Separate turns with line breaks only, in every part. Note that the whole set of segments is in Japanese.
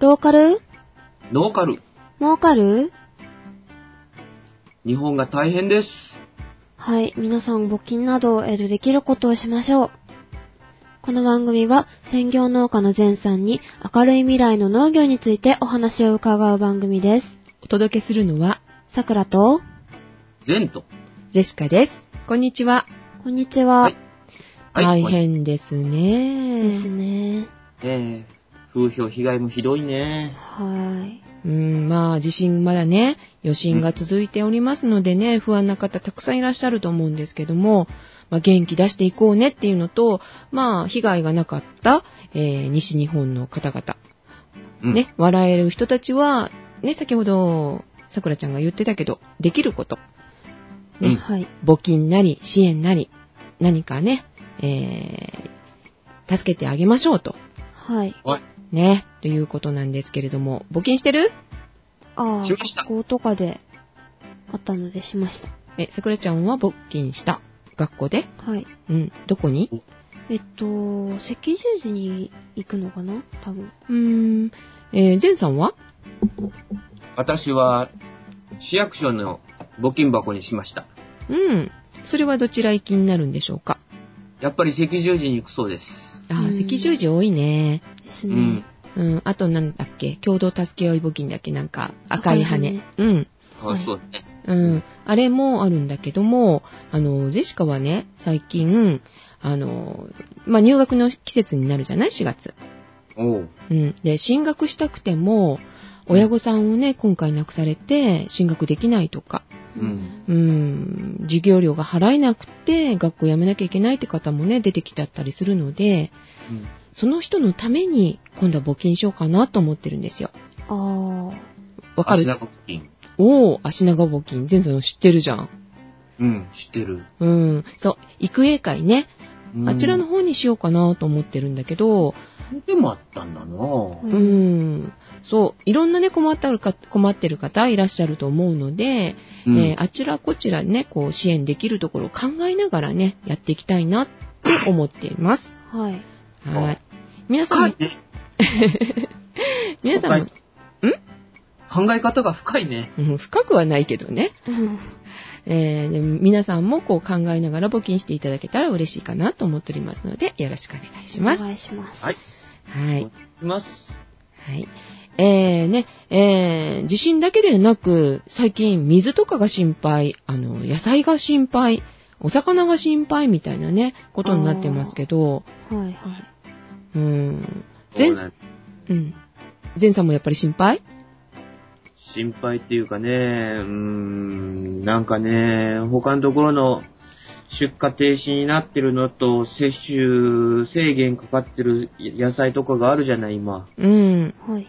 ローカル
ローカル。
儲かる
日本が大変です。
はい、皆さん募金などを得るできることをしましょう。この番組は専業農家の前さんに明るい未来の農業についてお話を伺う番組です。
お届けするのは、
さくらと、
善と。
ジェシカです。こんにちは。
こんにちは。
はい
大
こんに
変です
です
ね。
ね。
ええ風評被害もひどいね。
はい。
うん、まあ、地震まだね、余震が続いておりますのでね、不安な方たくさんいらっしゃると思うんですけども、まあ、元気出していこうねっていうのと、まあ、被害がなかった、えー西日本の方々、
うん。
ね、笑える人たちは、ね、先ほど、さくらちゃんが言ってたけど、できること、
うん
はい。
募金なり、支援なり、何かね、えー助けてあげましょうと。
はい。
はい。
ね、ということなんですけれども、募金してる
ああ、
しました
学校とかであったのでしました。
え、さくらちゃんは募金した。学校で
はい。
うん。どこに
えっと、赤十字に行くのかな多分。
うーん。えージェンさんは
私は、市役所の募金箱にしました。
うん。それはどちら行きになるんでしょうか
やっぱり赤十字に行くそうです。
あ
う
ー、
ん
赤十字多いね。
です
う
ね。
ん。
うん。あとなんだっけ共同助け合い募金だっけなんか、赤い羽。
赤い
うん。
かわいそうね。
うん。あれもあるんだけども、あの、ジェシカはね、最近、あの、まあ、入学の季節になるじゃない ?4 月。
おう。
うん。で、進学したくても、親御さんをね、今回亡くされて、進学できないとか、
うん
うん、授業料が払えなくて、学校辞めなきゃいけないって方もね、出てきちゃったりするので、
うん。
その人のために、今度は募金しようかなと思ってるんですよ。
あ
わか
足
る
長募金。
おお足長募金。全然知ってるじゃん。
うん、知ってる。
うん。そう、育英会ね。
うん
あちらの。方にしようかなと思ってるんだけど、
でもあったんだな
あ。
ぁ。
う。ん、そう、いろんなね、困ったるか困ってる方いらっしゃると思うので、
うん
えーあちらこちらね、こう支援できるところを考えながらね、やっていきたいなって思っています。
はい。
はい。皆さんも、
深いね。
皆さんも、
考え方が深いね。
うん深くはないけどね、
うん
えーで皆さんもこう考えながら募金していただけたら嬉しいかなと思っておりますので、よろしくお願い し
お
ます。
願いします。
はい。
はい。
います。
はい。えー、ね、えー、地震だけでなく、最近水とかが心配、あの、野菜が心配、お魚が心配みたいなね、ことになってますけど、
はいはい。
うん。全
そうね
うん。前さんもやっぱり心配
心配っていうかね、うーん、なんかね、他のところの出荷停止になってるのと、接種制限かかってる野菜とかがあるじゃない、今。
うん。
はい。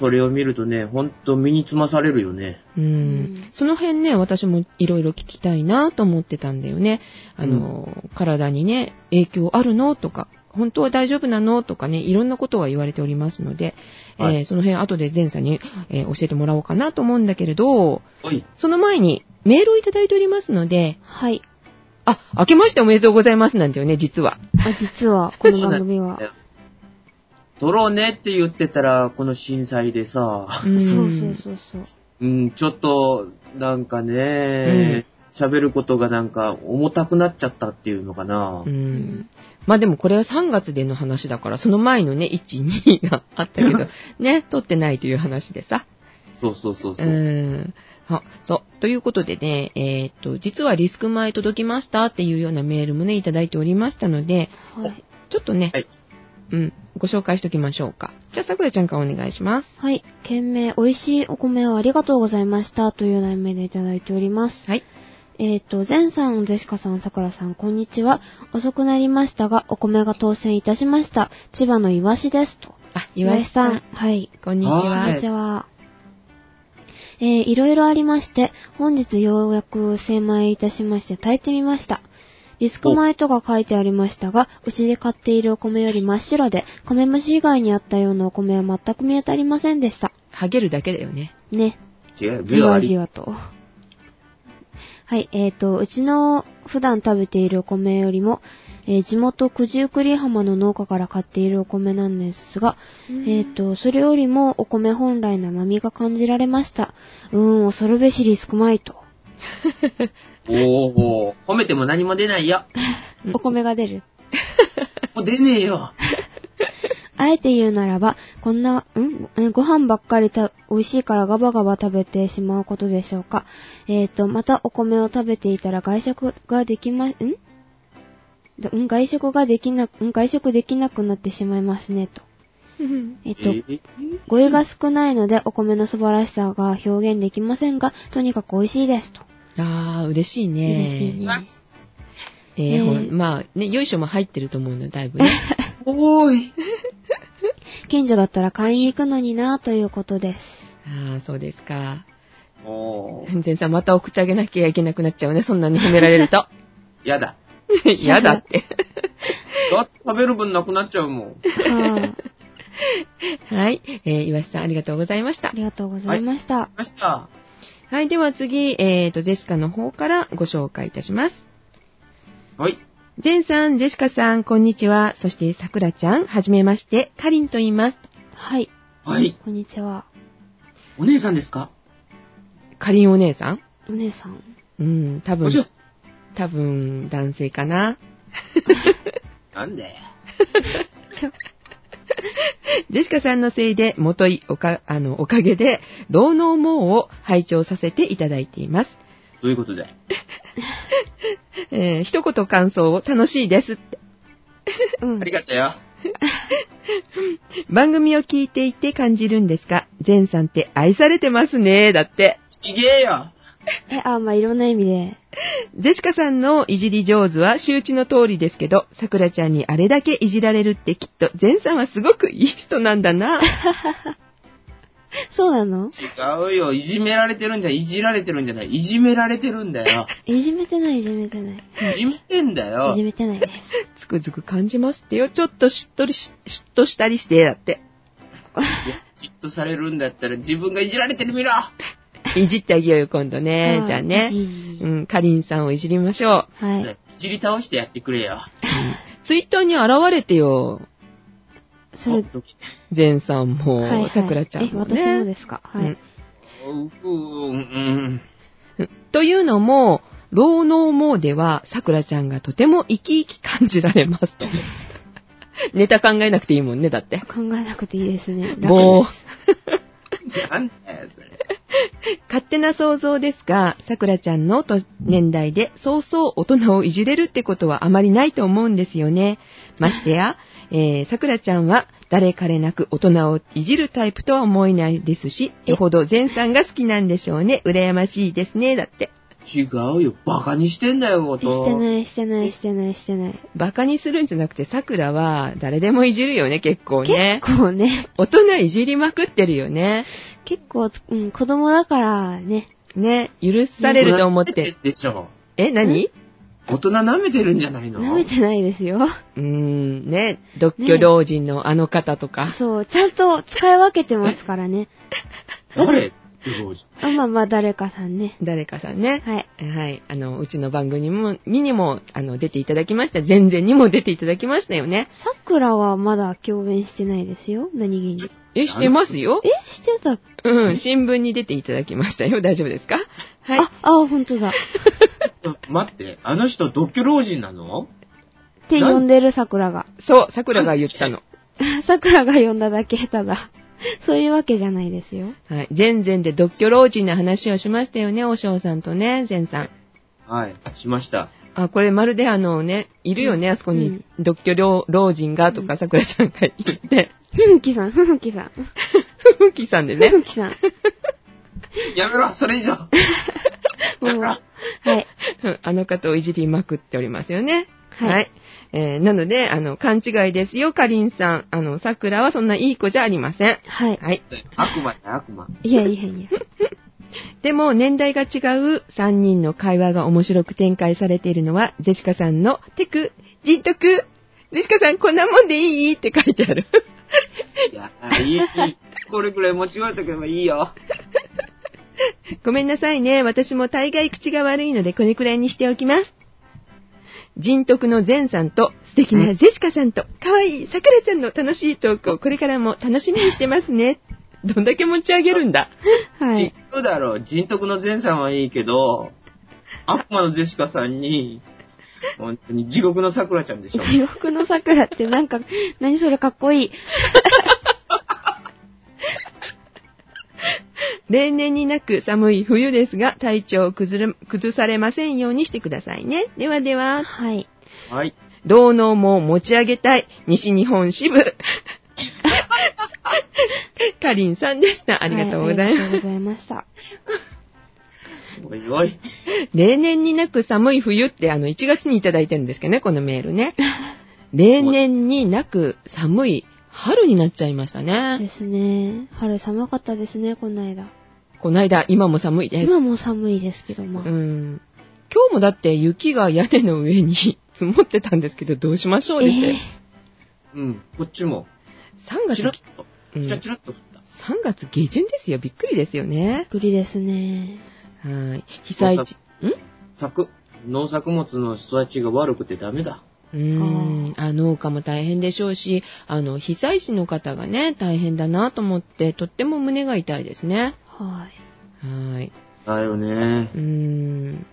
それを見るとね、ほんと身につまされるよね。
うん、
ん
その辺ね、私もいろいろ聞きたいなと思ってたんだよね。あの、体にね、影響あるのとか、本当は大丈夫なのとかね、いろんなことが言われておりますので、
はい
えーその辺後で前さんに、えー教えてもらおうかなと思うんだけれど、
おい。
その前にメールをいただいておりますので、
はい。
あ、明けましておめでとうございますなんだよね、実は。
あ、実は、この番組は。
取ろうねって言ってたら、この震災でさ、
そう
うん
そうそうそう。
うん、ちょっと、なんかね、喋ることがなんか重たくなっちゃったっていうのかな。
うんまあでもこれは3月での話だから、その前のね、1、2があったけど、ね、撮ってないという話でさ。
そうそうそうそうう。
ん。あ、そう。ということでね、えーっと、実はリスク前届きましたっていうようなメールもね、いただいておりましたので、
はい。
ちょっとね、
はい
うん、ご紹介しときましょうか。じゃあ、さくらちゃんからお願いします。
はい。件名、美味しいお米をありがとうございました。という題名でいただいております。
はい。
えっ、と、ゼンさん、ゼシカさん、さくらさん、こんにちは。遅くなりましたが、お米が当選いたしました。千葉のイワシです。と。
あ、岩井さん。
はい。
こんにち
こん
は
に。ちは。えー、いろいろありまして、本日ようやく精米いたしまして炊いてみました。リスク米とか書いてありましたが、うちで買っているお米より真っ白で、カメムシ以外にあったようなお米は全く見当たりませんでした。
ハゲるだけだよね。
ね。
違う、
じ
字があ
わじ
り。
わと。はい、えっ、と、うちの普段食べているお米よりも、えー地元九十九里浜の農家から買っているお米なんですが、えっ、と、それよりもお米本来の甘みが感じられました。うーん、恐るべしリスクまいと。
おー、褒めても何も出ないよ。
お米が出る。
もう出ねえよ。
あえて言うならば、こんな、んうんご飯ばっかりた美味しいからガバガバ食べてしまうことでしょうか。えっ、と、またお米を食べていたら外食ができま、んだん外食ができな、ん外食できなくなってしまいますね、と。えっ、と、
え
語彙が少ないのでお米の素晴らしさが表現できませんが、とにかく美味しいです、と。
ああ、嬉しいね。
嬉しいね
えーほん
えー
まあ、ね、よいしょも入ってると思うの、だ いぶね。
おーい。
近所だったら買いに行くのになということ です。
ああ、そうですか。
おー、
全然さん、また送ってあげなきゃいけなくなっちゃうね、そんなに褒められると。
やだ。
嫌だって。
だって食べる分なくなっちゃうもん。
はあ、
はい。えー、岩瀬さん、ありがとうございまし
あ
た。
りがとうございました。
ました。
はい、では次、えーと、ジェシカの方からご紹介いたします。
はい。
ジェンさん、ジェシカさん、こんにちは。そして、さくらちゃん、はじめまして、かりんと言います。
はい。
はい。
こんにちは。
お姉さんですか
かりんお姉さん
お姉さん。
うん、多分
お、嬢さ
多分、男性かな。
ん。なんで
ジェシカさんのせいで、もとい、おか、あの、おかげで、老能網を拝聴させていただいています。
どういうことだい
えー一言感想を楽しいですって。
うん
ありがとうよ。
番組を聞いていて感じるんですが、ゼンさんって愛されてますね、だって。
ちげえよ。
え、あ、まあ、いろんな意味で。
ジェシカさんのいじり上手は周知の通りですけど、さくらちゃんにあれだけいじられるってきっと、ゼンさんはすごくいい人なんだ な。
そうなの
違うよ。いじめられてるんじゃない。いじられてるんじゃない。いじめられてるんだよ。
いじめてない、いじめてない。
いじめてんだ
い
よ
じ。めてないです。
つくづく感じますってよ。ちょっとしっとりし、嫉妬したりして、だって。
じっとされるんだったら自分がいじられてるみろ
いじってあげようよ、今度ね
は。い
じゃあね。
いじいじ
うん、かりんさんをいじりましょう。
はい。
いじり倒してやってくれよ。
ツイッターに現れてよ。
それ、
ドキ
ゼンさんも、
はい。
さくらちゃん
え、
も、
私
ね。
もですか。は
うん
い。
うふうんうん。
というのも、老能モーでは、さくらちゃんがとても生き生き感じられます と。ネタ考えなくていいもんね、だって。
考えなくていいですね。
もう
楽で、
なんだよ、それ。
勝手な想像ですが、さくらちゃんのと年代で、そうそう大人をいじれるってことはあまりないと思うんですよね。ましてや、えーさくらちゃんは、誰彼なく大人をいじるタイプとは思えないですし、よほど善さんが好きなんでしょうね。羨ましいですね、だって。
違うよ。バカにしてんだよ、こ
すして
と。
ない、してない、してない、してない。
バカにするんじゃなくて、さくらは誰でもいじるよね、結構ね。
結構ね、
大人いじりまくってるよね。
結構、うん、子供だからね、
ね、許されると思っ
舐め
て。
んでしょ。
え、何
大人舐めてるんじゃないの
舐めてないですよ。
うーん、ね、独居老人のあの方とか。
そう、ちゃんと使い分けてますから ね。
誰ってどうじ
あまあまあ、誰かさんね。
誰かさんね。
はい。
はい。あの、うちの番組にも、ににも、あの、出ていただきました。全然にも出ていただきましたよね。
さくらはまだ共演してないですよ。何気に。
え、してますよ
え。してた、
うん、新聞に出ていただきましたよ。大丈夫ですかはい。
あ、あ、ほんとだ。っ
ゃ待って、あの人独居老人なの
て呼んでる桜が。
そう、桜が言ったの。
桜が呼んだだけ、ただ。 そういうわけじゃないですよ。
はい。全然で独居老人の話をしましたよね、おしょうさんとね、善さん。
はい、しました。
あ、これまるであのね、いるよね、あそこに、独居老老人がとか、さくらちゃんが言って、
ふふきさん、ふふきさん。
ふふ きさんで
ふ
ね。
ふきさん。
やめろ、それ以上。
もう、はい。
うん あの方をいじりまくっておりますよね。は。
はいい
えーなので、あの、勘違いですよ、かりんさん。あの、さくらはそんないい子じゃありません。
はい。
はい。
悪魔だ、悪魔。
いやいやいや。
でも、年代が違う3人の会話が面白く展開されているのは、ジェシカさんのテク、ジントク、ジェシカさんこんなもんでいいって書いてある。
いや、いい、いい。これくらい間違えとけばいいよ。
ごめんなさいね。私も大概口が悪いので、これくらいにしておきます。人徳の善さんと素敵なジェシカさんと可愛いさくらちゃんの楽しいトークをこれからも楽しみにしてますね。どんだけ持ち上げるんだ。
はい。
人徳だろ。人徳の善さんはいいけど、悪魔のジェシカさんに、本当に地獄の桜ちゃんでしょ。
地獄の桜ってなんか、何それかっこいい。
例年になく寒い冬ですが、体調を崩れ、崩されませんようにしてくださいね。ではでは、
はい。
はい。
労農も持ち上げたい、西日本支 部。かりんさんでした。ありがとうござい
はありが
ます。
とうございました。
おいおい。
例年になく寒い冬って、あの、1月にいただいてるんですけどね、このメールね。例年になく寒い春になっちゃいました ね。
ですね。春寒かったですね、この間。
この間、今も寒いです。
今も寒いですけども。
うん。今日もだって雪が屋根の上に 積もってたんですけど、どうしましょうでしたよ。
え
うん、こっちも。
3月
チラッと。
うん
チラチラッと降った。
3月下旬ですよ。びっくりですよね
ー。びっくりですね。
はい。被災地。ん
作、農作物の育ちが悪くてダメだ。
うーん。あ、農家も大変でしょうし、あの、被災地の方がね、大変だなと思って、とっても胸が痛いですね。
は
はい。
だよね
う。ーん。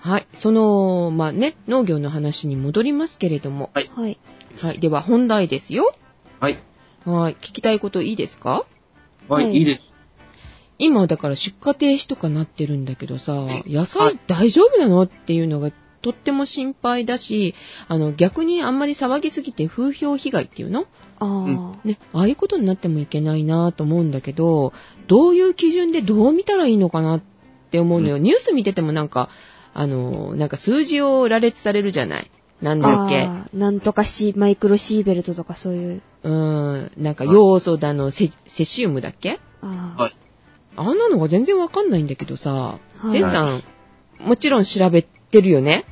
はい。その、まあね、農業の話に戻りますけれども。
い。はい。
はい。では、本題ですよ。
はい。
はい。聞きたいこといいですか
はい、
はい
い、いです。
今だから出荷停止とかなってるんだけどさ、野菜大丈夫なのっていうのがとっても心配だし、あの逆にあんまり騒ぎすぎて風評被害っていうの
ああ、
ね、ああいうことになってもいけないなと思うんだけど、どういう基準でどう見たらいいのかなって思うのよ。
う
ニュース見ててもなんか、あの、なんか数字を羅列されるじゃない。なんだっけ。
あーなんとかし、マイクロシーベルトとかそういう。
うーん、なんか要素だの、セセシウムだっけ
ああ、
はい。
あんなのが全然わかんないんだけどさ、
はい
ゼンさん、もちろん調べてるよね。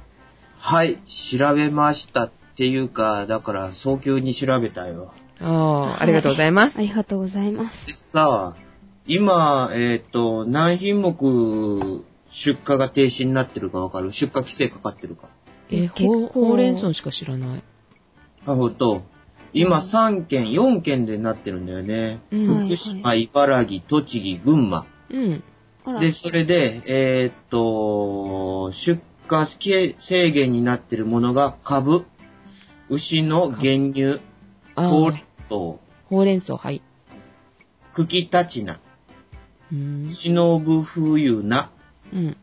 はい、調べましたっていうか、だから早急に調べたよ。
ああ、ありがとうございます。
ありがとうございます。
でさ、今、えっ、と、何品目出荷が停止になってるかわかる出荷規制かかってるか。
え
結構
ほう、ほうれん草しか知らない。
あ、ほんと。今3県、4県でなってるんだよね。
うん。
はい
福島、茨城、栃木、群馬。
うん。
あら。
で、それで、えっ、と、出荷制限になってるものが、株、牛の原乳、
あ
ほう
ー
れん草、
ほうれん草、はい。
茎たちな、
うん。
忍ぶ冬な、
うん。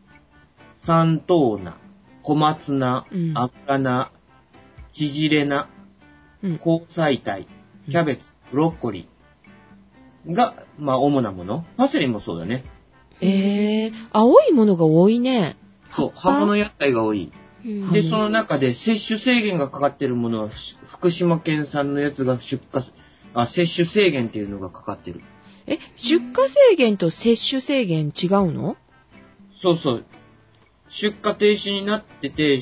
三等菜、小松菜
うん、
赤菜、縮れ菜、
うん。
香菜体、キャベツ、ブロッコリーが、まあ、主なもの。パセリもそうだね。
えー、青いものが多いね。
そう、
葉っぱ
葉物野菜が多い。
うん、
は
で、
い
その中で摂取制限がかかってるものは、し福島県産のやつが出荷す、あ、摂取制限っていうのがかかってる。
え、出荷制限と摂取制限違うの
そうそう。出荷停止になってて、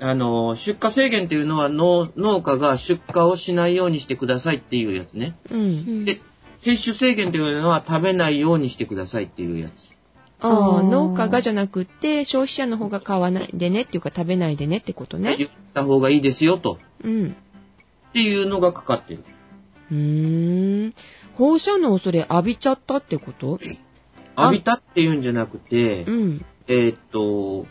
あの、出荷制限っていうのは農農家が出荷をしないようにしてくださいっていうやつね。
う。
うんん
で、摂取制限っていうのは食べないようにしてくださいっていうやつ。
ああ、
あー
農家がじゃなくって、消費者の方が買わないでねっていうか食べないでねってことね。
言った方がいいですよと。
うん。
っていうのがかかってる。
うーん。放射能それ浴びちゃったってことあ
浴びたっていうんじゃなくて、
うん。
えーっと、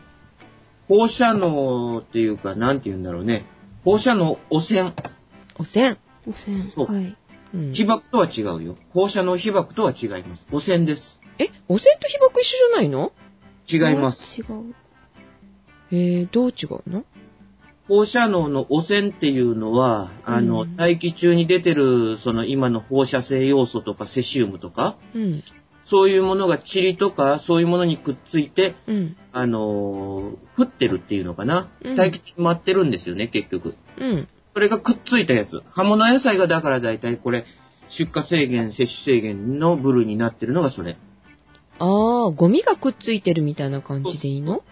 放射能っていうか、なんて言うんだろうね。放射能汚染。
汚染。
汚染。
そう
はい。
うん、
被爆とは違うよ。放射能被爆とは違います。汚染です。
え、汚染と被爆一緒じゃないの
違います。。
違う。
えー、どう違うの
放射能の汚染っていうのは、あの、
うん
大気中に出てる、その今の放射性要素とかセシウムとか、
うん。
そういうものが塵とか、そういうものにくっついて、
うん。
あのー降ってるっていうのかな
うん。
大気中に舞ってるんですよね、結局。
うん。
それがくっついたやつ。葉物野菜がだから大体これ、出荷制限、摂取制限のブルーになってるのがそれ。
ああ、ゴミがくっついてるみたいな感じでいいの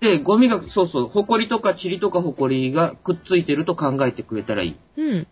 で、ゴミが、そうそう、ホコリとか塵とかホコリがくっついてると考えてくれたらいい。
うん。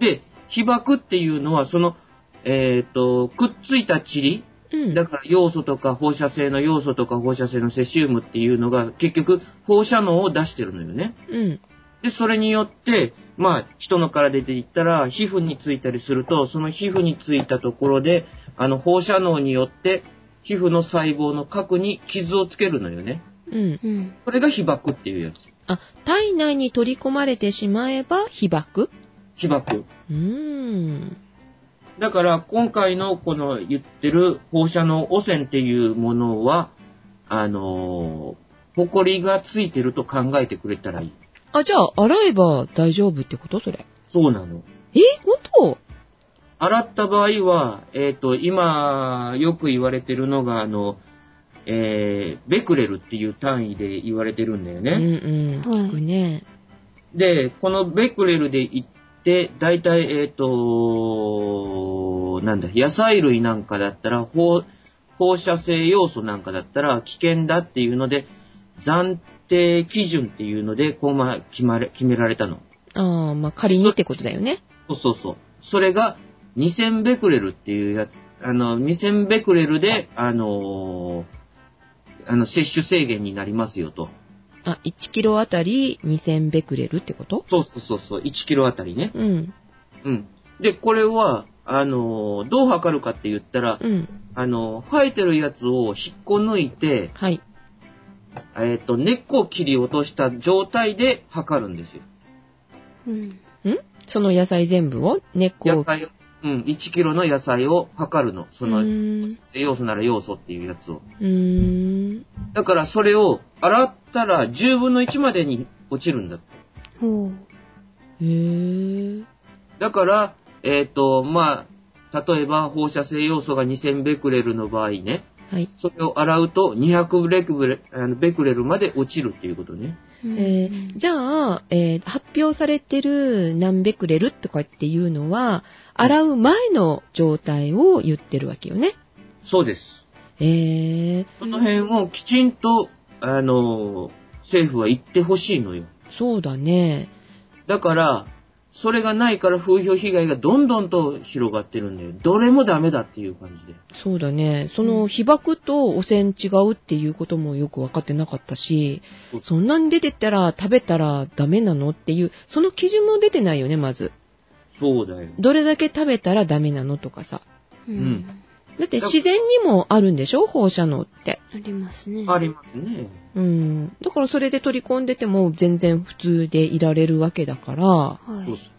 で、被爆っていうのは、その、えっ、と、くっついた塵
うん。
だから要素とか放射性の要素とか放射性のセシウムっていうのが結局放射能を出してるのよね。
うん。
で、それによって、まあ、人の体で言ったら、皮膚についたりすると、その皮膚についたところで、あの、放射能によって、皮膚の細胞の核に傷をつけるのよね。
うん。
うん。
それが被爆っていうやつ。
あ、体内に取り込まれてしまえば被爆
被爆。
うーん。
だから、今回のこの言ってる放射能汚染っていうものは、あのー、埃がついてると考えてくれたらいい。
あ、じゃあ、洗えば大丈夫ってことそれ。
そうなの。
え本
洗った場合は、えっ、と、今、よく言われてるのが、あの、えー、ベクレルっていう単位で言われてるんだよ
当うん
ね。
うん。
はい
聞くね。
で、このベクレルで言って、だいたい、えっ、と、なんだ、野菜類なんかだったら、放放射性要素なんかだったら危険だっていうので、暫定基準っていうので、こう、まあ、決まれ、決められたの。
ああ、まあ、仮にってことだよね。
そうそうそう。それが2000ベクレルっていうやつ。あの、2000ベクレルで、あのーあの、摂取制限になりますよと。
あ、1キロあたり2000ベクレルってこと
そうそうそうそう、1キロあたりね。
うん。
うん。で、これは、あのーどう測るかって言ったら、
うん。
あのー生えてるやつを引っこ抜いて、
はい。
えっ、と、根っこを切り落とした状態で測るんですよ。
うん。
んその野菜全部を根っこ
野
を。
菜を、うん、1キロの野菜を測るの。そうの、
ーん
要素なら要素っていうやつを。
うーん。
だからそれを洗ったら10分の1までに落ちるんだって。
ほう。
へー
だから、えっ、と、まあ、例えば放射性要素が2000ベクレルの場合ね、
はい。
それを洗うと200ベクレルあのベクレルまで落ちるっていうことね。
えーじゃあ、えー発表されてる何ベクレルとかっていうのは、洗う前の状態を言ってるわけよね。
そうです。
えー、
その辺をきちんと、あの、政府は言ってほしいのよ。
そうだね。
だから、それがないから風評被害がどんどんと広がってるんだよ。どれもダメだっていう感じで。
そうだね。そうの
ん
被爆と汚染違うっていうこともよく分かってなかったし
そう、
そんなに出てたら食べたらダメなのっていう、その基準も出てないよね、まず。
そうだよ。
どれだけ食べたらダメなのとかさ。
うんん。
だって自然にもあるんでしょ放射能って。
ありますね。
ありますね。
うん。だからそれで取り込んでても全然普通でいられるわけだから、
は
そう
い。
そ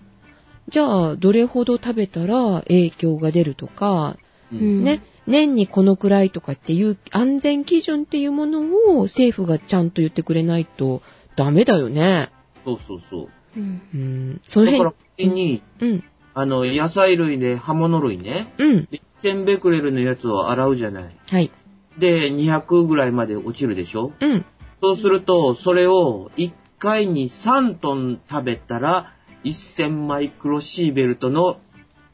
じゃあどれほど食べたら影響が出るとか、
う。うん
うん
ね、年にこのくらいとかっていう安全基準っていうものを政府がちゃんと言ってくれないとダメだよね。
そうそうそう。
うん。
うん。その
だか
辺
ら、、先に、
うん。
あの、野菜類で刃物類ね、
うん。
1000ベクレルのやつを洗うじゃない。
はい。
で、200ぐらいまで落ちるでしょ
うん。
そうすると、それを1回に3トン食べたら、1000マイクロシーベルトの、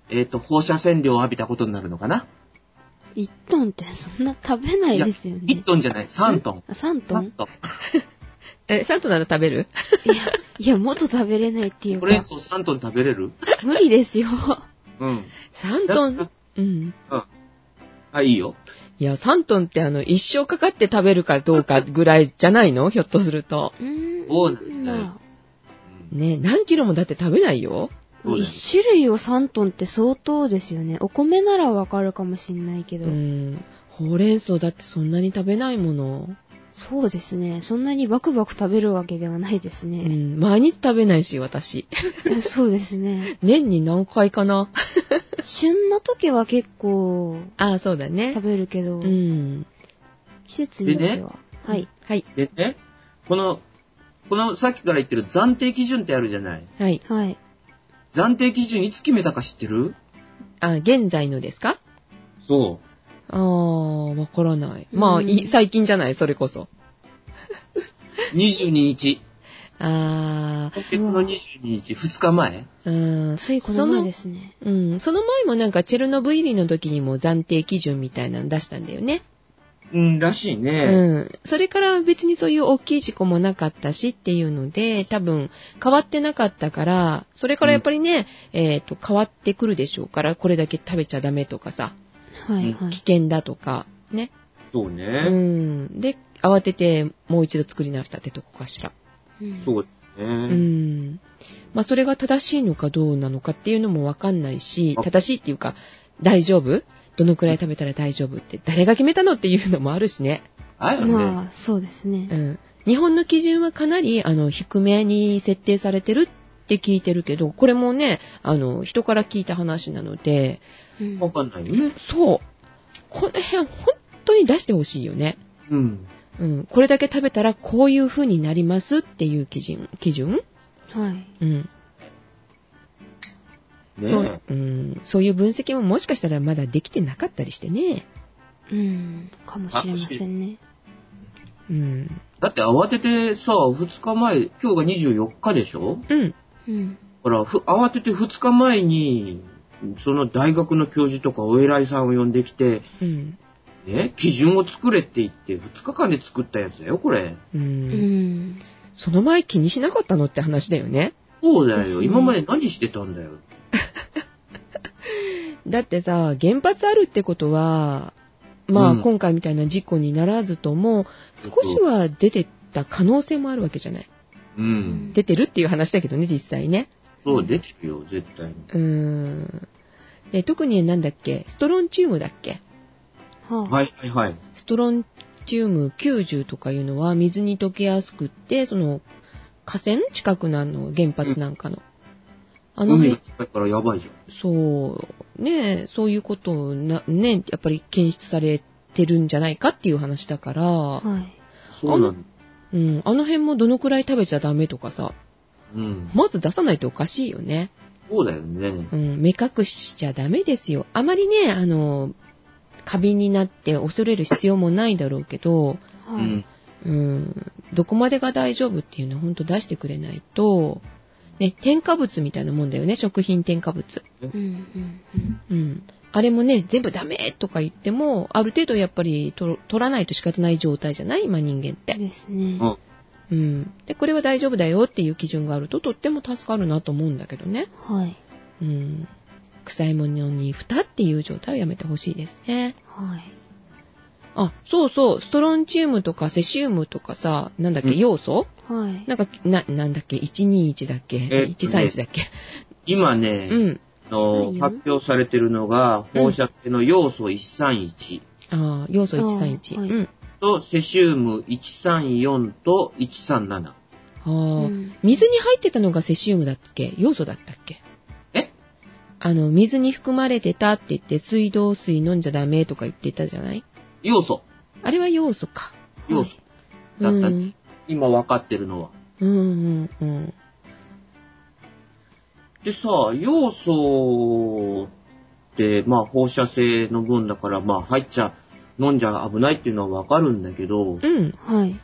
えっ、と、放射線量を浴びたことになるのかな
1トンってそんな食べないですよ
?1
ね。
トンじゃない、3トン。
あ、3ト
3
ン
トン。
え、サントなら食 べる
いや、いや、もっと食べれないっていう
これ以
か、
上3トン食べれる
無理ですよ。
うん。
サン
だ
トン、うん。
あ、いいよ。
いや、3トンってあの、一生かかって食べるかどうかぐらいじゃないのひょっとすると。
うーん。
そうなんだよ
ま
うん
ね、何キロもだって食べないよ。
あ
そうだよ
一種類を3トンって相当ですよね。お米ならわかるかもしんないけ
う
ど、
ん。ほうれん草だってそんなに食べないもの。
そうですね。そんなにバクバク食べるわけではないです
う
ね。
ん。毎日食べないし、私。
そうですね。
年に何回かな。
旬の時は結構
ああ、そうだね
食。べるけど、
うん。
季節によっては。
でね
はい。。
はい。
でね、この、このさっきから言ってる暫定基準ってあるじゃない
はい。
はい。
暫定基準いつ決めたか知ってる
あ、現在のですか
そ
ああ、わからない。まあ、
うん
い最近じゃない、それこそ。
う。22日。
ああ、
今月の22日、2日前。
うん。
ついこの
そ
前
の
ですね。
うん、その前もなんかチェルノブイリの時にも暫定基準みたいなの出したんだよね。
うん、らしいうね。
ん。それから別にそういう大きい事故もなかったしっていうので、多分変わってなかったから、それからやっぱりね、えっ、と、変わってくるでしょうから、これだけ食べちゃダメとかさ、
はいは
危
い。
険だとか、ね。
そう
う
ね。
ん。で、慌ててもう一度作り直したってとこかしら。
うん
そうです
う
ね。
ん。まあ、それが正しいのかどうなのかっていうのもわかんないし、
あ
正しいっていうか、大丈夫どのくらい食べたら大丈夫って、誰が決めたのっていうのもあるしね。
あるよね。
まあ、そうですね
う。ん。日本の基準はかなり、あの、低めに設定されてるって聞いてるけど、これもね、あの、人から聞いた話なので、
うん
わかんないよね。
そう。この辺、本当に出してほしいよね。
うん。
うん。これだけ食べたらこういう風になりますっていう基準、基準
はい。
うん。
ね
そう、うん、そういう分析ももしかしたらまだできてなかったりしてね。
うん、かもしれませんね。
うん。
だって慌ててさ、2日前、今日が24日でしょ
うん。
うん。
ほら、ふ慌てて2日前に、その大学の教授とかお偉いさんを呼んできて、
うん。
ね、基準を作れって言って、2日間で作ったやつだよ、これ。
う
う。
んん。
その前気にしなかったのって話だよね。
そうだ
です
よ。
ね
今まで何してたんだよ。
だってさ、原発あるってことは、まあ、
うん
今回みたいな事故にならずとも、少しは出てった可能性もあるわけじゃない。
うん。
出てるっていう話だけどね、実際ね。
そう、出てるよ、絶対に。
うーん。で、特になんだっけ、ストロンチウムだっけ
はあ。
はいはいはい。
ストロンチウム90とかいうのは水に溶けやすくって、その河川近くなの、原発なんかの。あの
海
辺
が、近いからやばいじゃん。
そう、ねえそういうことをな、ねやっぱり検出されてるんじゃないかっていう話だから、
はい。
そうなんだ。
うん、あの辺もどのくらい食べちゃダメとかさ、
うん。
まず出さないとおかしいよね。
そうだよね。
うん、目隠しちゃダメですよ。あまりね、あの、過敏になって恐れる必要もないだろうけど、
う
はい。
ん。
うん、どこまでが大丈夫っていうのを本当出してくれないと、ね、添加物みたいなもんだよね、食品添加物。
うんうんうん
うん。あれもね、全部ダメとか言っても、ある程度やっぱりと取らないと仕方ない状態じゃない今人間って。
ですね。
あ
うん。で、これは大丈夫だよっていう基準があるととっても助かるなと思うんだけどね。
はい。
うん。臭いものに蓋っていう状態をやめてほしいですね。
はい。
あ、そうそう、ストロンチウムとかセシウムとかさ、なんだっけ、
うん
要素
はい。
なんか、な、なんだっけ、121だっけ、
えっとね
?131 だっけ、
今ね、
うん。
あの
そうよ
発表されてるのが、
うん
放射性の要素131
ああ、要素
あ
131。
あはい
うん。
と、セシウム134と137。
ああ、
うん
水に入ってたのがセシウムだっけ要素だったっけ
え
あの、水に含まれてたって言って、水道水飲んじゃダメとか言ってたじゃない
要素。
あれは要素か。
要素。
う
だった
ん。
今分かってるのは。
うんうんうん。
でさ、要素って、まあ放射性の分だから、まあ入っちゃ、飲んじゃ危ないっていうのは分かるんだけど、
うん。
はい。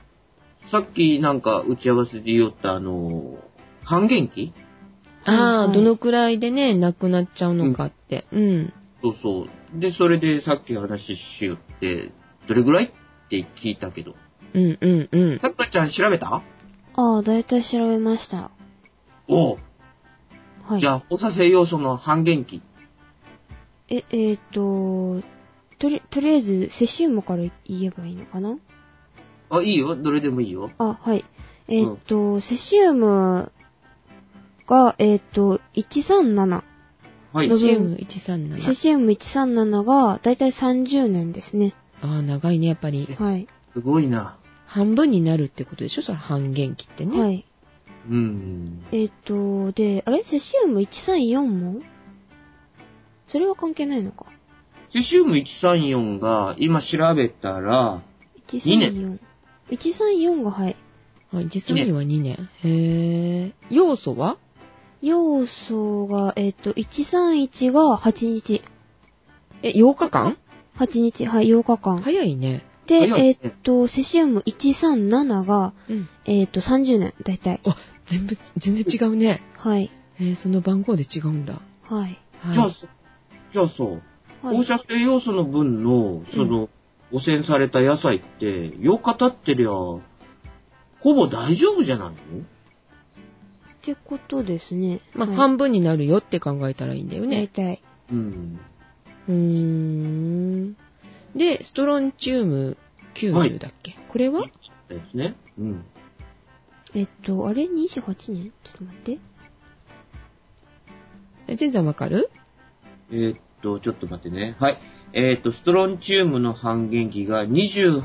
さっきなんか打ち合わせで言おったあの、半減期
ああ、
はい
どのくらいでね、なくなっちゃうのかって。うん。
そうそう。で、それでさっき話しよって、どれぐらいって聞いたけど。
うんうんうん。
さっかちゃん調べた
ああ、だいたい調べました。
おう。
はい。
じゃあ放射性要素の半減期。
え、えっ、と、とり、とりあえず、セシウムから言えばいいのかな
あ、いいよ。どれでもいいよ。
あ、はい。えっ、と、セシウムが、えっ、と、137。
はい
ど。
セ
うぞ
シウム
セ
137。
シウム137が、だいたい30年ですね。
ああ、長いね、やっぱり。
はい。
すごいな。
半分になるってことでしょそれ半減期ってね。
はい。
うん。
えっ、と、で、あれセシウム134もそれは関係ないのか。
セシウム134が今調べたら、二
134。134が、はい。
はい、実際には2年。へえ。要素は
要素が、えっ、と、131が8日。
え、8日間
8日、はい、8日間。
早いね。
で、
早い
え
ね
ーっと、セシウム137が、
うん。
えーっと、30年、だいたい。
あ、全部、全然違うね。
はい。
えーその番号で違うんだ。
はい。
はい。
じゃあ、そじゃあそう、
はい、
放射性要素の分の、その、汚染された野菜って、8日経ってりゃ、ほぼ大丈夫じゃないの
ってことですね。
まあ、
はい
半分になるよって考えたらいいんだよ
だい
ね。
たい。
うん。
ううーん。で、ストロンチウム
は
90
い
だっけ、これは
ですね。うん。
えっと、あれ ?28 年ちょっと待って。
え全然わかる
えーっと、ちょっと待ってね。はい。えーっと、ストロンチウムの半減期が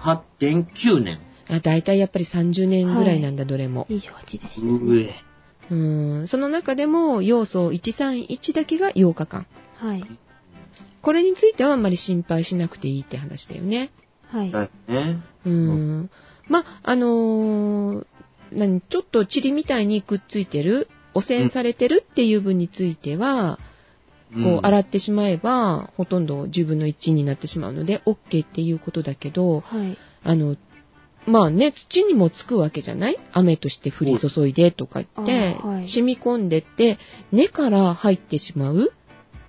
28.9年。
あ、だいたいやっぱり30年ぐらいなんだ、どれも。
28でした、
う
ね。
え。
うーん。その中でも、要素131だけが8日間。
はい。
これについてはあんまり心配しなくていいって話だよね。
はい。
だね。
うーん。ま、あのー何、ちょっと塵みたいにくっついてる、汚染されてるっていう分については、こう洗
っ
ってしまえば、ほとんど10分の1になってしまうので、OK っていうことだけど、
はい。
あの、まあね、土にもつくわけじゃない雨として降り注いでとか言って、
あはい
染み込んでって、根から入ってしまう、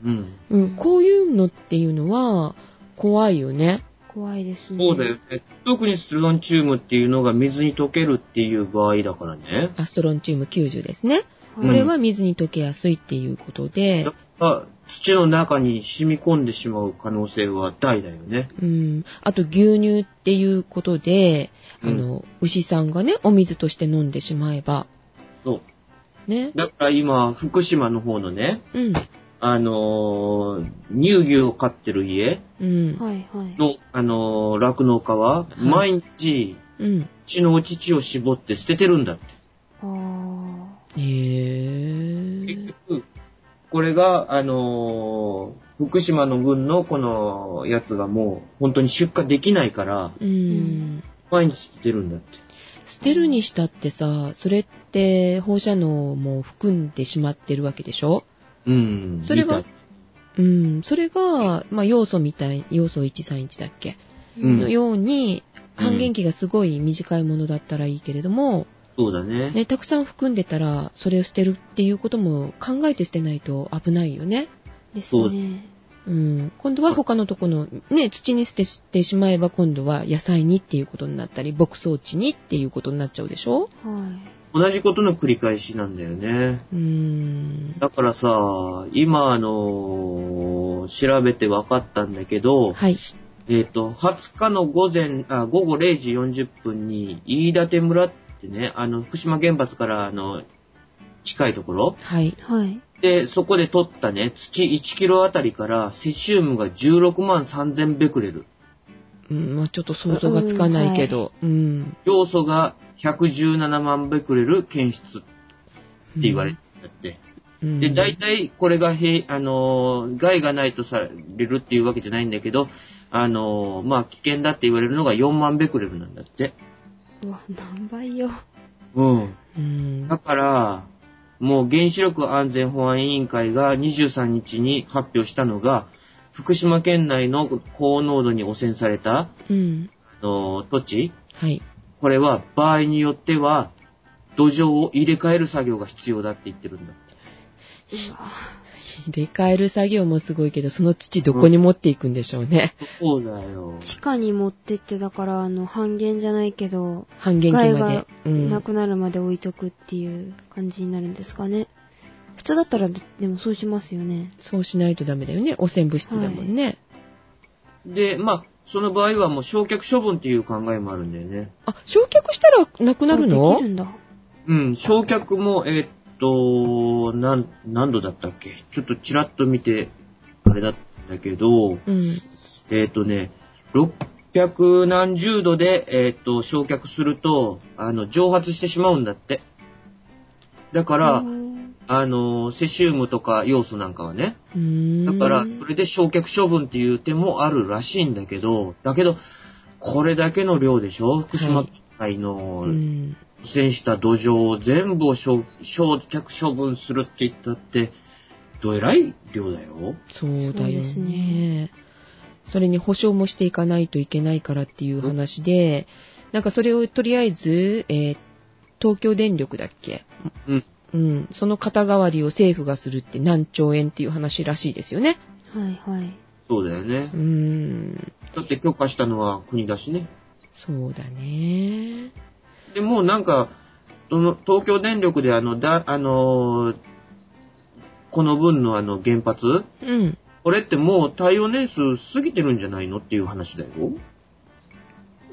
うん。
う
う
ん
ん、こういうのっていうのは、怖いよね。
怖いですね。
そうだよね。特にストロンチウムっていうのが水に溶けるっていう場合だからね。
アストロンチウム90ですね。
は
う
い。
ん
これは水に溶けやすいっていうことで
だ、から、土の中に染み込んでしまう可能性は大だよね。
うん、あと牛乳っていうことで、あの、牛さんがね、お水として飲んでしまえば、
そう。
ね。
だから今、福島の方のね、
うん。
あのー乳牛を飼ってる家
うん。
はいはい。
の、あのー酪農家は、
い
毎日、
うん。
血のお乳を絞って捨ててるんだって。
あー。
へ
結
え。
局、これが、あのー福島の軍のこのやつがもう、本当に出荷できないから、
うん。
毎日捨ててるんだって。
捨てるにしたってさ、それって放射能も含んでしまってるわけでしょ
うん。
それは
みたい
うん。それが、まあ、要素みたい、要素131だっけ、
う
の
ん。
ように、半減期がすごい短いものだったらいいけれども、
そうだね。
ね、たくさん含んでたら、それを捨てるっていうことも考えて捨てないと危ないよね。
です
そう
ね。
うん。今度は他のとこの、ね、土に捨ててしまえば、今度は野菜にっていうことになったり、牧草地にっていうことになっちゃうでしょ
は
同じことの繰り返しなんだよね。
うーん。
だからさ、今、あのー調べて分かったんだけど、
はい。
えっ、と、20日の午前、あ、午後0時40分に、飯舘村ってね、あの、福島原発から、あの、近いところ
はい。
い。はい。
で、そこで取ったね、土1キロあたりから、セシウムが16万3000ベクレル。
うん、まあちょっと想像がつかないけど、うん。
要素が117万ベクレル検出って言われてんだって。
うん
で、大体これが平、あのー害がないとされるっていうわけじゃないんだけど、あのーまあ、危険だって言われるのが4万ベクレルなんだって。
うわ、何倍よ。
うん。
うん
だから、もう原子力安全保安委員会が23日に発表したのが、福島県内の高濃度に汚染された、
うん。
あの土地、
はい。
これは場合によっては、土壌を入れ替える作業が必要だって言ってるんだ。
うわ。
入れ替える作業もすごいけど、その土どこに持っていくんでしょうね。
そうだよ。
地下に持ってって、だから、あの、半減じゃないけど、
半減期
害
まで
が。
うん
なくなるまで置いとくっていう感じになるんですかね。普通だったら、ででもそうしますよね。
そうしないとダメだよね。汚染物質だもんね。
で、まあ、その場合はもう焼却処分っていう考えもあるんだよね。
あ、焼却したらなくなる
あ
の
できるんだ。
うん、焼却も、えーっと、なん、何度だったっけちょっとちらっと見て、あれだったんだけど、
うん。
えーっとね、600何十度で、えーっと、焼却すると、あの、蒸発してしまうんだって。だから、
うん
あの、セシウムとか要素なんかはね。
うー
だ
ん
から、それで焼却処分っていう手もあるらしいんだけど、だけど、これだけの量でしょ福島県内の
うん。
汚染した土壌を全部を焼焼却処分するって言ったって、どえらい量だよ。
そうだ
そう
よ
です
ね
ね。
それに保証もしていかないといけないからっていう話で、なんかそれをとりあえず、えー東京電力だっけ
うん。
うん。その肩代わりを政府がするって何兆円っていう話らしいですよね。
はいはい。
そうだよね
うー。ん。
だって許可したのは国だしね。
そうだね。
でもうなんか、その東京電力であの、だ、あのーこの分のあの原発
うん。
これってもう対応年数過ぎてるんじゃないのっていう話だよ。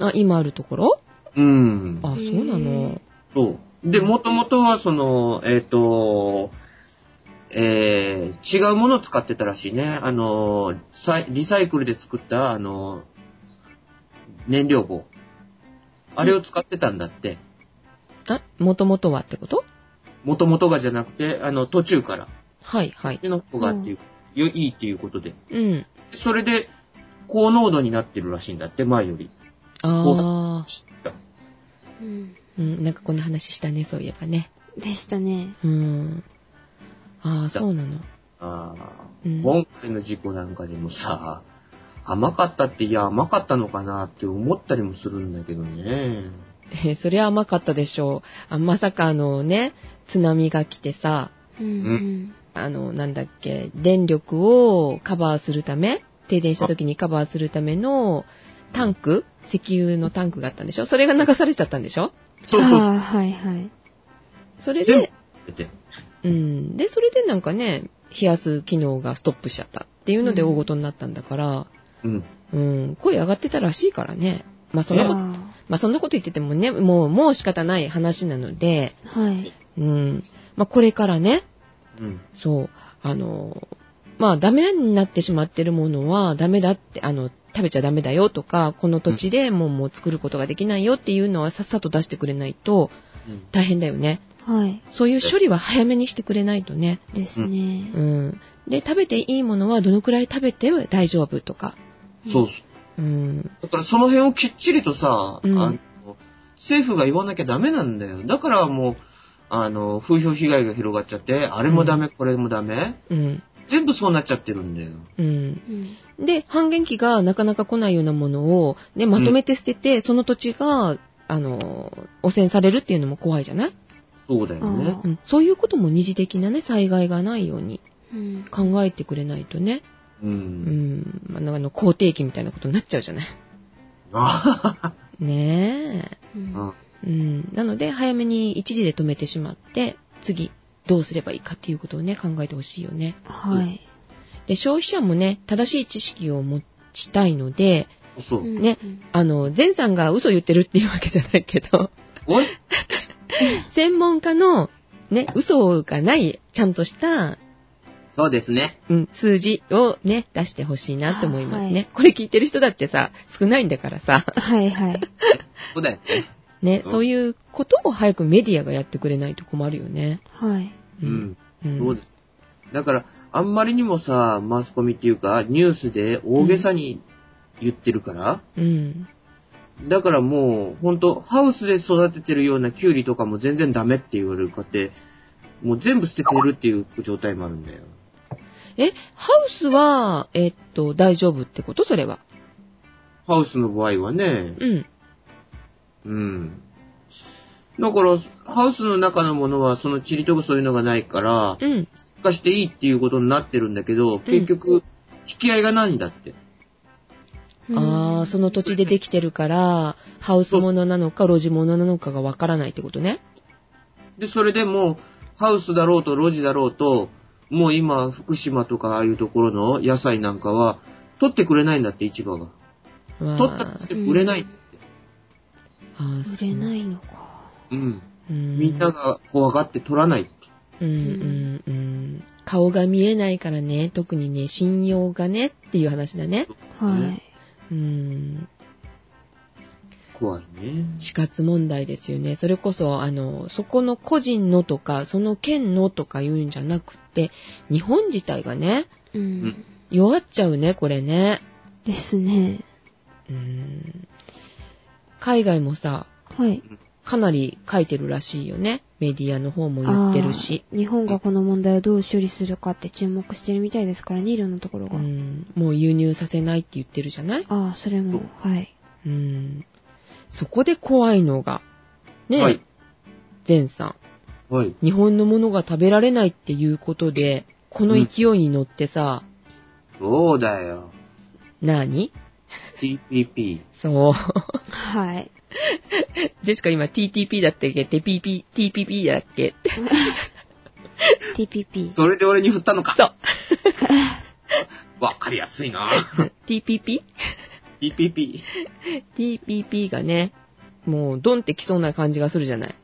あ、今あるところ
うん。
あ、そうなの。
そう。で、もともとはその、えっ、と、えー、違うものを使ってたらしいね。あの、サイリサイクルで作った、あの、燃料棒。あれを使ってたんだって。
あ、もともとはってこと
もともとがじゃなくて、あの、途中から。
はい、はい。
うの方がっていう、よいいっていうことで。
うん。
それで、高濃度になってるらしいんだって、前より。
ああ、
知った。
うん。
うん、なんかこんな話したね、そういえばね。
でしたね。
うん。ああ、そうなの。
あー
うん
今回の事故なんかでもさ、甘かったって、いや、甘かったのかなって思ったりもするんだけどね。
えーそれは甘かったでしょう。あまさかあのね、津波が来てさ、
うん。
あの、なんだっけ、電力をカバーするため、停電した時にカバーするためのタンク、石油のタンクがあったんでしょそれが流されちゃったんでしょ
そうそう。
ああ、はいはい。
それ
全部
で、
出て。
うん。で、それでなんかね、冷やす機能がストップしちゃったっていうので
うん
大ごとになったんだから、
うん。
うん、声上がってたらしいからね。まあそんなこと、
あ
まあそんなこと言っててもね、もう、もう仕方ない話なので、
あ、はい。
うん。まあこれからね、
うん。
そう。あの、まあ、ダメになってしまってるものは、ダメだって、あの、食べちゃダメだよとか、この土地でもう、もう作ることができないよっていうのはさっさと出してくれないと
うん
大変だよね。
はい。
そういう処理は早めにしてくれないとね。
ですね
う。ん。で、食べていいものはどのくらい食べて大丈夫とか。
そうそう。
うん。
だからその辺をきっちりとさ、
うん
あの政府が言わなきゃダメなんだよ。だからもう、あの、風評被害が広がっちゃって、あれもダメ、これもダメ。
うん。
全部そうなっちゃってるんだよ。
うん。
うん。
で、半減期がなかなか来ないようなものを、ね、まとめて捨てて、その土地が、あの、汚染されるっていうのも怖いじゃない
そうだよね
あ。
うん、そういうことも二次的なね、災害がないように
うん。
考えてくれないとね、
う。
うんん、まあなんかあの、肯定期みたいなことになっちゃうじゃない。
あ
ね
う
ー
ん
うん
え。うん、なので、早めに一時で止めてしまって、次、どうすればいいかっていうことをね、考えてほしいよね。
はい。
で、消費者もね、正しい知識を持ちたいので、
そう。
うん
ね
うん
あの、前さんが嘘言ってるっていうわけじゃないけど、
おい
専門家の、ね、嘘がない、ちゃんとした
そうですね。
うん、数字をね、出してほしいなと思いますね。
はい
これ聞いてる人だってさ、少ないんだか らさ、
はいはい。
そうだよね。
ね、
うん
そういうことを早くメディアがやってくれないと困るよね。
はい。
うん。
う
そうです。だから、あんまりにもさ、マスコミっていうか、ニュースで大げさに言ってるから、
うん。
だからもう、ほんと、ハウスで育ててるようなキュウリとかも全然ダメって言われる家庭、もう全部捨ててるっていう状態もあるんだよ。
え、ハウスは、えっと、大丈夫ってことそれは。
ハウスの場合はね、
うん。
うん。だから、ハウスの中のものは、そのチリとかそういうのがないから、
うん。
出荷していいっていうことになってるんだけど、結局、引き合いがないんだって。
ああ、その土地でできてる から、ハウスものなのか、路地ものなのかがわからないってことね。
で、それでもう、ハウスだろうと路地だろうと、もう今、福島とかああいうところの野菜なんかは、取ってくれないんだって、市場が。
わ
取ったって売れないって。
あ
売れないのか。
うん。
うん
みんなが怖がって取らないって。
うんうんうん。顔が見えないからね、特にね、信用がねっていう話だね。
はい。
うん。
怖いね。
死活問題ですよね。それこそ、あの、そこの個人のとか、その県のとか言うんじゃなくって、日本自体がね、
うん。
弱っちゃうね、これね。
ですね。
うん。海外もさ、
はい。
かなり書いてるらしいよね。メディアの方も言ってるし。
あー日本がこの問題をどう処理するかって注目してるみたいですからね、いろんなところ
う
が。
ん。もう輸入させないって言ってるじゃない
ああ、それも、はい。
うん。そこで怖いのが、ね、
はい。
前さ
はい。
ん、日本のものが食べられないっていうことで、この勢いに乗ってさ、
そうだよ。
何
TPP。
そう。
はい。
ジェシカ今 TTP だったっけ ?TPP、TPP だっけ
TPP。
それで俺に振ったのか。
そう。
わかりやすいな
TPP?
TPP。
TPP がね、もうドンってきそうな感じがするじゃない。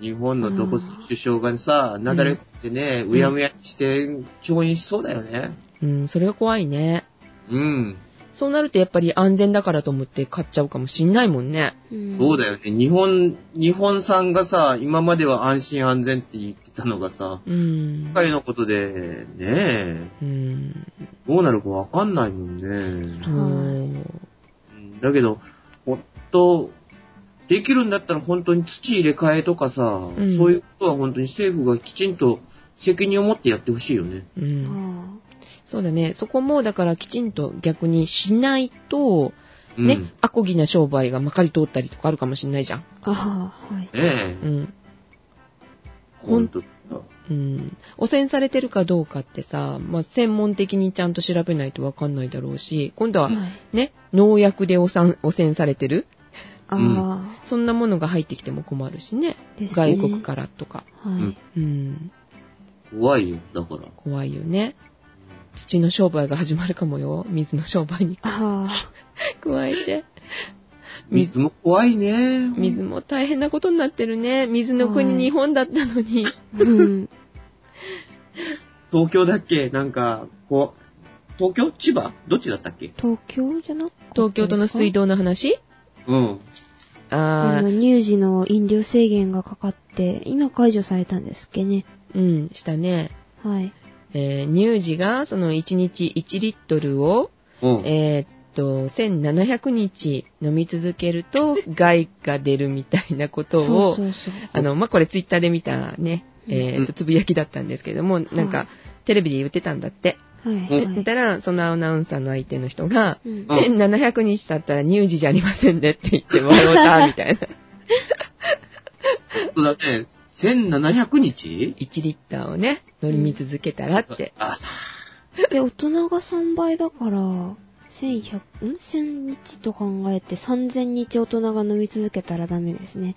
日本のどこ首相がさ、なだれ食ってね、うやむやにして、調印しそうだよね。
うん、それが怖いね。
うん。
そうなるとやっぱり安全だからと思って買っちゃうかもしんないもんね。
うん
そうだよね。日本、日本産がさ、今までは安心安全って言ってたのがさ、
うん
今。回のことで、ねえ、
うん。
どうなるかわかんないもんね。
そう。
うんだけど、ほんと、できるんだったら本当に土入れ替えとかさ、
ん
そういうことは本当に政府がきちんと責任を持ってやってほしいよね。
うん。
あ
そうだね。そこも、だからきちんと逆にしないと、
うん、
ね、
ね
アコギな商売がまかり通ったりとかあるかもしんないじゃん。
あ、はい。
え
う、ん。ほ
ほ
ん
んと。
うん。汚染されてるかどうかってさ、まあ、専門的にちゃんと調べないとわかんないだろうし、今度は
はい。
ね、農薬で汚染汚染されてる
あ
そんなものが入ってきても困るしね。
あ、ですね。
外国からとか。
ら。は
う
い
ん。
うん。
怖いよ、だから。
怖いよね。土の商売が始まるかもよ。水の商売に
あ
加えて。
水も怖いね。
水も大変なことになってるね。水の国
はい
日本だったのに。
あ、うん。
東京だっけなんか、こう、東京千葉どっちだったっけ
東京じゃなく
東京都の水道の話
うん。
あ
あ
の、
あ、
乳児の飲料制限がかかって、今解除されたんですっけね。
うん、したね。
はい。
えー乳児がその1日1リットルを、
うん。
えーっと、1700日飲み続けると害が出るみたいなことを、
そうそう
あの、まあ、これツイッターで見たね、
うん
えーっと、つぶやきだったんですけども、なん
は
か
い、
テレビで言ってたんだって。
そう。はい。
え
は
だ
い
たら、そのアナウンサーの相手の人が、
うん
あ
1700日経ったら乳児じゃありませんねって言ってもらおうた、みたいな。
そうだね。1700日
1リッターをね、飲み続けたらって。
あ、
で、大人が3倍だから、1100、ん ?1000 日と考えて3000日大人が飲み続けたらダメですね。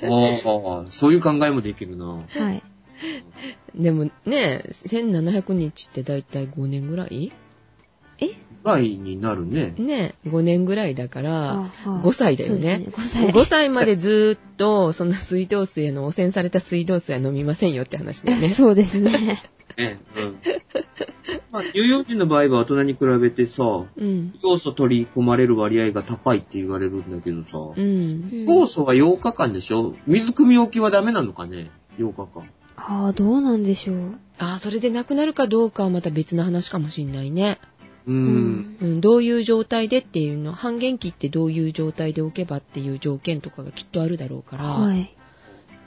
ああ、そういう考えもできるな。
はい。
でもね、1700日ってだいたい5年ぐらい
え
ぐらいになるね。
ね、5年ぐらいだから、
あ
5歳だよね。
そうですね
5
5歳。
歳までずーっと、そんな水道水への汚染された水道水は飲みませんよって話だよね。
そうですね。
ねうん。まあ、乳幼児の場合は大人に比べてさ、
うん。
要素取り込まれる割合が高いって言われるんだけどさ
う、ん。
うん
酵素は8日間でしょ水汲み置きはダメなのかね ?8 日間。
ああ、どうなんでしょう。
ああ、それで亡くなるかどうかはまた別の話かもしんないね。
う。。
うん
うん、どういう状態でっていうの、半減期ってどういう状態で置けばっていう条件とかがきっとあるだろうから、
はい。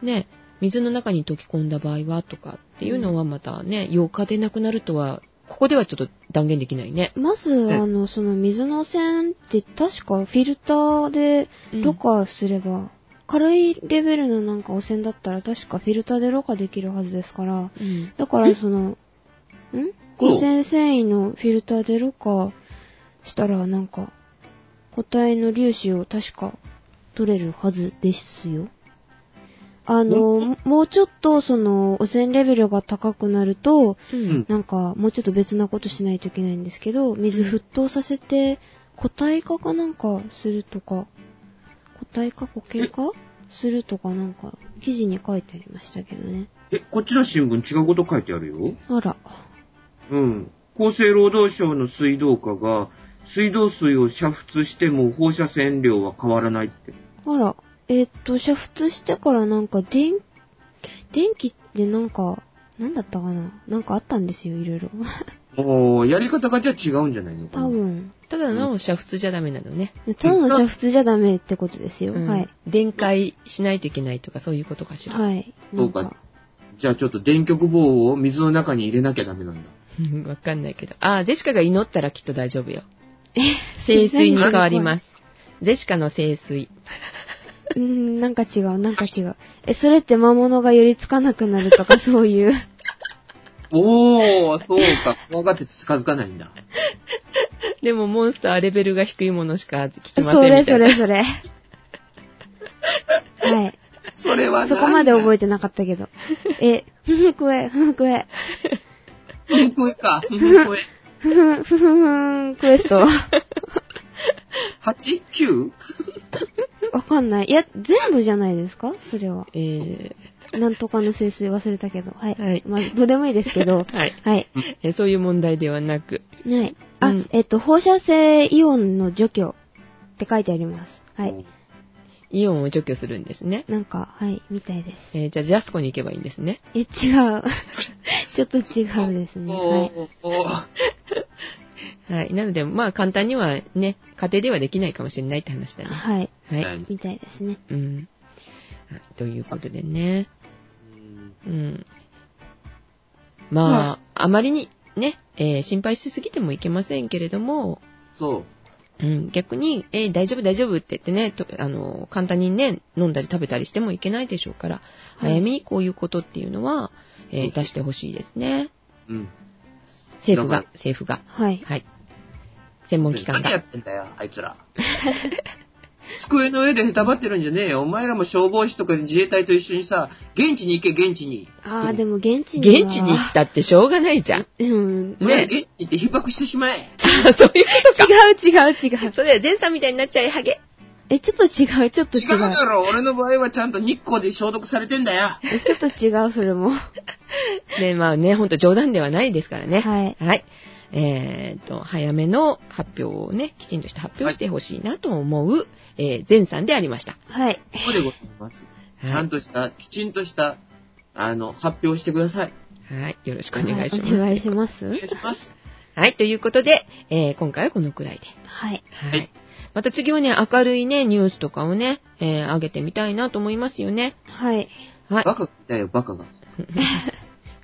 ね、水の中に溶け込んだ場合はとかっていうのはまたね、8日で亡くなるとは、ここではちょっと断言できないね。
まず、あの、その水の汚染って確かフィルターでろ過すれば、軽いレベルのなんか汚染だったら確かフィルターでろ過できるはずですから、
うん。
だからその、ん
そう
汚染繊維のフィルターでろ過したらなんか、個体の粒子を確か取れるはずですよ。あの、ももうちょっとその汚染レベルが高くなると、
うん。
なんかもうちょっと別なことしないといけないんですけど、水沸騰させて個体化かなんかするとか、個体化固形化するとかなんか記事に書いてありましたけどね。
え、こっちの新聞違うこと書いてあるよ。
あら。
うん。厚生労働省の水道課が、水道水を煮沸しても放射線量は変わらないって。
あら、えーっと、煮沸してからなんか電、電気ってなんか、なんだったかななんかあったんですよ、いろいろ。
もう、やり方がじゃあ違うんじゃないのかな。
多分。
ただの煮沸じゃダメなのね。
ただの煮沸じゃダメってことですよ。
うん
はい。
電解しないといけないとかそういうことかしら。
はい。
そうかじゃあちょっと電極棒を水の中に入れなきゃダメなんだ。
うんわかんないけど。ああ、ジェシカが祈ったらきっと大丈夫よ。聖水に変わります。ジェシカの聖水。
うーん、なんか違う、なんか違う。え、それって魔物が寄りつかなくなる とか、そういう。
おー、そう か。怖がって近づかないんだ。
でもモンスターはレベルが低いものしか聞きません
そ
みたい
れ
な。
それそれ。 はい。
それは
そこまで覚
え
えてなかったけど。え、ふふくえ、ふふくえ。
ふふ声 か。ふふ声。
ふふん、ふふふん、クエス ト。
8、9?
わかんない。いや、全部じゃないですかそれは。
えー
なんとかの聖水忘れたけど。はい。
はい。
まあ、どうでもいいですけど
はい
はい。
えー そういう問題ではなく、
はい。あ、
うん
えっと、放射性イオンの除去って書いてあります。はい。。
イオンを除去するんですね。
なんか、はい、みたいです。
えーじゃあ、ジャスコに行けばいいんですね。
え、違う。 ちょっと違うですね。は
お
い。
ーおー
はい。なので、まあ、簡単にはね、家庭ではできないかもしれないって話だね。
はい。
はい。
みたいですね。
うん。はいということでね。
うん
うん。まあ、あまりにね、えー心配しすぎてもいけませんけれども、
そう。
うん、逆に、えー大丈夫大丈夫って言ってね、とあの、簡単にね、飲んだり食べたりしてもいけないでしょうから、
はい
早めにこういうことっていうのは、
そ
えー
うそう
出してほしいですね。
うん。
政府
だ
が
か、
政府が。
はい。
はい。専門機関
何や
が。
ってんだよ、あいつら。 机の上でへたばってるんじゃねえよ。お前らも消防士とか自衛隊と一緒にさ、現地に行け、現地に。
あー、でも現地には。
現地に行ったってしょうがないじゃん。
うん。
お前ら現地に行って被爆してしまえ。
そういうことか。
違う違う 違う。
それは前さんみたいになっちゃいハゲ。
え、ちょっと違う、ちょっと違
違う
う。
だろ、俺の場合はちゃんと日光で消毒されてんだよ。
え、ちょっと違う、それも。
ね、まあね、ほんと冗談ではないですからね。
はい。
はい。えーっと、早めの発表をね、きちんとした発表をしてほしいなと思う、えー、前さんでありました。
はい。
ここでございます。ちゃんとした、きちんとした、あの、発表をしてください。
はい。よろしくお願いします。
お願いします
お願いします。
はい。ということで、えー今回はこのくらいで。
はい。
は
はいい。
また次はね、明るいね、ニュースとかをね、えー上げてみたいなと思いますよね。
はい。
はい。
バカだよ、バカが。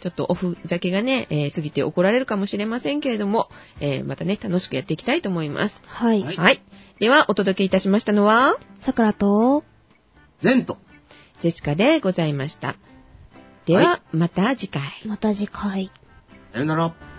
ちょっとおふざけがね、えー過ぎて怒られるかもしれませんけれども、えーまたね、楽しくやっていきたいと思います。
は。
はいい
はい。では、お届けいたしましたのは、
さくらと、
善と。
ジェシカでございました。では、
は
また次回。
また次回。
さよなら。